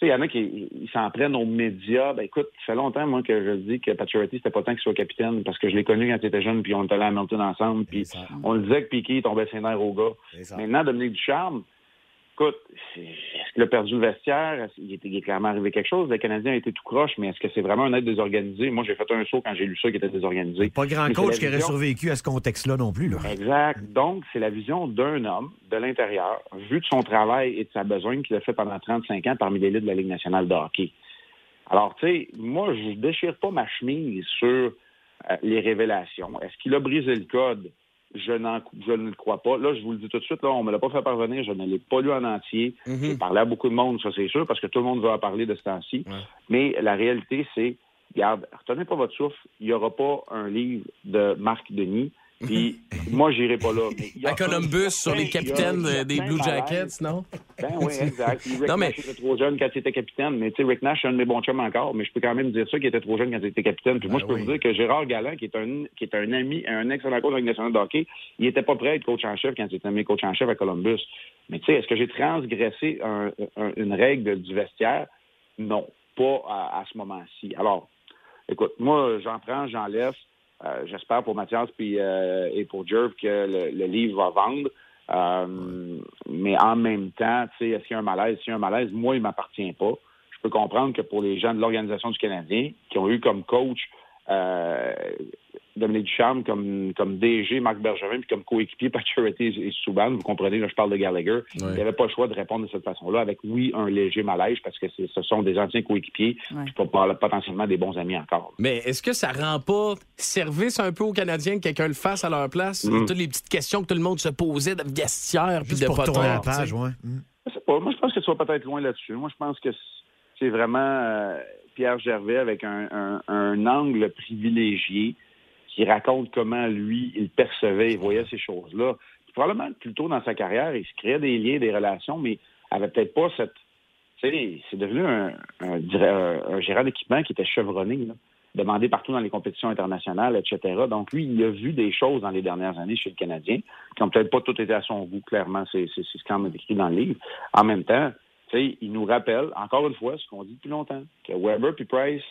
tu sais, il y en a qui ils s'en prennent aux médias. Ben écoute, ça fait longtemps, moi, que je dis que Pacioretty, c'était pas tant qu'il soit capitaine, parce que je l'ai connu quand il était jeune, puis on était allé à Hamilton ensemble, puis on le disait que Piquet tombait ses nerfs au gars. Maintenant, Dominique Ducharme, écoute, c'est- est-ce qu'il a perdu le vestiaire? Est-ce- Il, est, il est clairement arrivé quelque chose. Le Canadien a été tout croche, mais est-ce que c'est vraiment un être désorganisé? Moi, j'ai fait un saut quand j'ai lu ça qui était désorganisé.
Pas grand
Mais c'est la
coach qui aurait
vision-
survécu à ce contexte-là non plus. Là.
Exact. Donc, c'est la vision d'un homme de l'intérieur, vu de son travail et de sa besogne qu'il a fait pendant 35 ans parmi l'élite de la Ligue nationale de hockey. Alors, tu sais, moi, je déchire pas ma chemise sur euh, les révélations. Est-ce qu'il a brisé le code? Je, n'en- je ne le crois pas. Là, je vous le dis tout de suite, là, on me l'a pas fait parvenir, je ne l'ai pas lu en entier. J'ai
Mm.
parlé à beaucoup de monde, ça c'est sûr, parce que tout le monde veut en parler de ce temps-ci. Mais la réalité, c'est, regarde, retenez pas votre souffle, il n'y aura pas un livre de Marc Denis,
[laughs]
puis moi, j'irai pas là. Mais il y a
À Columbus, sur les capitaines
il y a
euh, des
certains
Blue
malaises.
Jackets, non?
Ben oui, exact. Puis Rick
Non, mais-
Nash était trop jeune quand il était capitaine. Mais tu sais, Rick Nash, c'est un de mes bons chums encore, mais je peux quand même dire ça qu'il était trop jeune quand il était capitaine.
Ben
Puis moi, je peux vous dire que Gérard Galland, qui est un, qui est un ami, un excellent coach de la Ligue nationale de hockey, il était pas prêt à être coach en chef quand il était nommé coach en chef à Columbus. Mais tu sais, est-ce que j'ai transgressé un- un- une règle du vestiaire? Non, pas à, à ce moment-ci. Alors, écoute, moi, j'en prends, j'en laisse. Euh, J'espère pour Mathias puis, euh, et pour Jerv que le, le livre va vendre. Euh, mais en même temps, tu sais, est-ce qu'il y a un malaise? S'il y a un malaise, moi, il m'appartient pas. Je peux comprendre que pour les gens de l'Organisation du Canadien, qui ont eu comme coach euh, Dominique Ducharme, comme, comme DG Marc Bergevin, puis comme coéquipier Pacioretty et et Subban, vous comprenez, là, je parle de Gallagher, il n'y avait pas le choix de répondre de cette façon-là, avec, oui, un léger malaise, parce que c'est- ce sont des anciens coéquipiers, puis pot- potentiellement des bons amis encore.
[laughs] Mais est-ce que ça rend pas service un peu aux Canadiens que quelqu'un le fasse à leur place?
Mm.
Toutes les petites questions que tout le monde se posait de vestiaire puis de
pour
potins,
tourner la
tu sais.
page, ouais. Hmm.
Je sais pas. Moi, je pense que tu vas peut-être loin là-dessus. Moi, je pense que c'est vraiment euh, Pierre Gervais avec un, un- un angle privilégié qui raconte comment lui, il percevait, il voyait ces choses-là. Puis Probablement, plus tôt dans sa carrière, il se créait des liens, des relations, mais avait peut-être pas cette... Tu sais, c'est devenu un, un, je dirais, un- un gérant d'équipement qui était chevronné, là, demandé partout dans les compétitions internationales, etc. Donc, lui, il a vu des choses dans les dernières années chez le Canadien qui n'ont peut-être pas tout été à son goût, clairement. C'est c'est- c'est quand même écrit dans le livre. En même temps, tu sais, il nous rappelle, encore une fois, ce qu'on dit depuis longtemps, que Weber puis Price,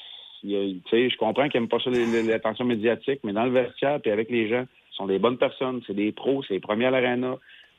il y a- tu sais, je comprends qu'ils n'aiment pas ça, les- les- l'attention médiatique, mais dans le vestiaire puis avec les gens, ils sont des bonnes personnes, c'est des pros, c'est les premiers à l'arena.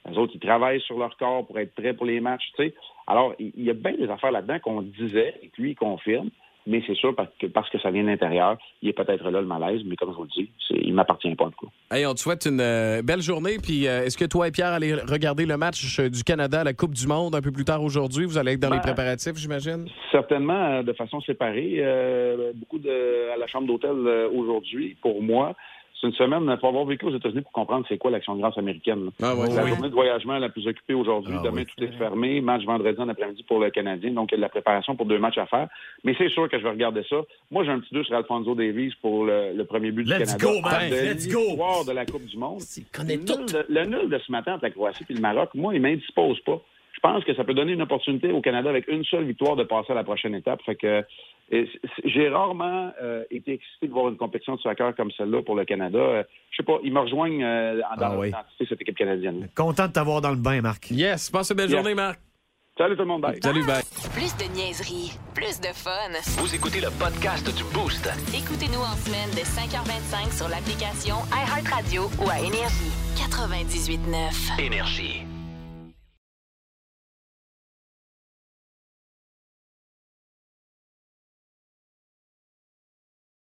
Les autres, ils travaillent sur leur corps pour être prêts pour les matchs, tu sais. Alors, il il y a bien des affaires là-dedans qu'on disait, et que lui, il confirme. mais c'est sûr parce que, parce que ça vient de l'intérieur, il est peut-être là le malaise, mais comme je vous le dis, c'est- il m'appartient pas en tout cas.
Hey, on te souhaite une euh, belle journée. Puis euh, est-ce que toi et Pierre allez regarder le match euh, du Canada à la Coupe du Monde un peu plus tard aujourd'hui? Vous allez être dans les
Ben,
préparatifs, j'imagine?
Certainement, euh, de façon séparée. Euh, beaucoup de, à la chambre d'hôtel euh, aujourd'hui, pour moi. C'est une semaine, il faut avoir vécu aux États-Unis pour comprendre c'est quoi l'action de grâce américaine. là.
ouais,
la
oui.
journée de voyagement la plus occupée aujourd'hui.
Ah
Demain, tout est fermé. Match vendredi en après-midi pour le Canadien. Donc, il y a de la préparation pour deux matchs à faire. Mais c'est sûr que je vais regarder ça. Moi, j'ai un petit 2 sur Alfonso Davies pour le, le premier but du
Let's
Canada.
go, man!
De
Let's go!
l'histoire de la Coupe du Monde. Le nul de- le nul de ce matin entre la Croatie et le Maroc, moi, il m'indispose pas. Je pense que ça peut donner une opportunité au Canada avec une seule victoire de passer à la prochaine étape. Fait que et c- c- j'ai rarement euh, été excité de voir une compétition de soccer comme celle-là pour le Canada. Euh, je sais pas, ils me rejoignent euh, dans leur identité, cette équipe canadienne.
Ah Content de t'avoir dans le bain, Marc.
Yes, passe une belle
journée,
Marc.
Salut tout le monde, bye.
Salut, bye.
Plus de niaiserie, plus de fun.
Vous écoutez le podcast du Boost.
Écoutez-nous en semaine de 5h25 sur l'application iHeartRadio ou à Énergie 98.9.
Énergie.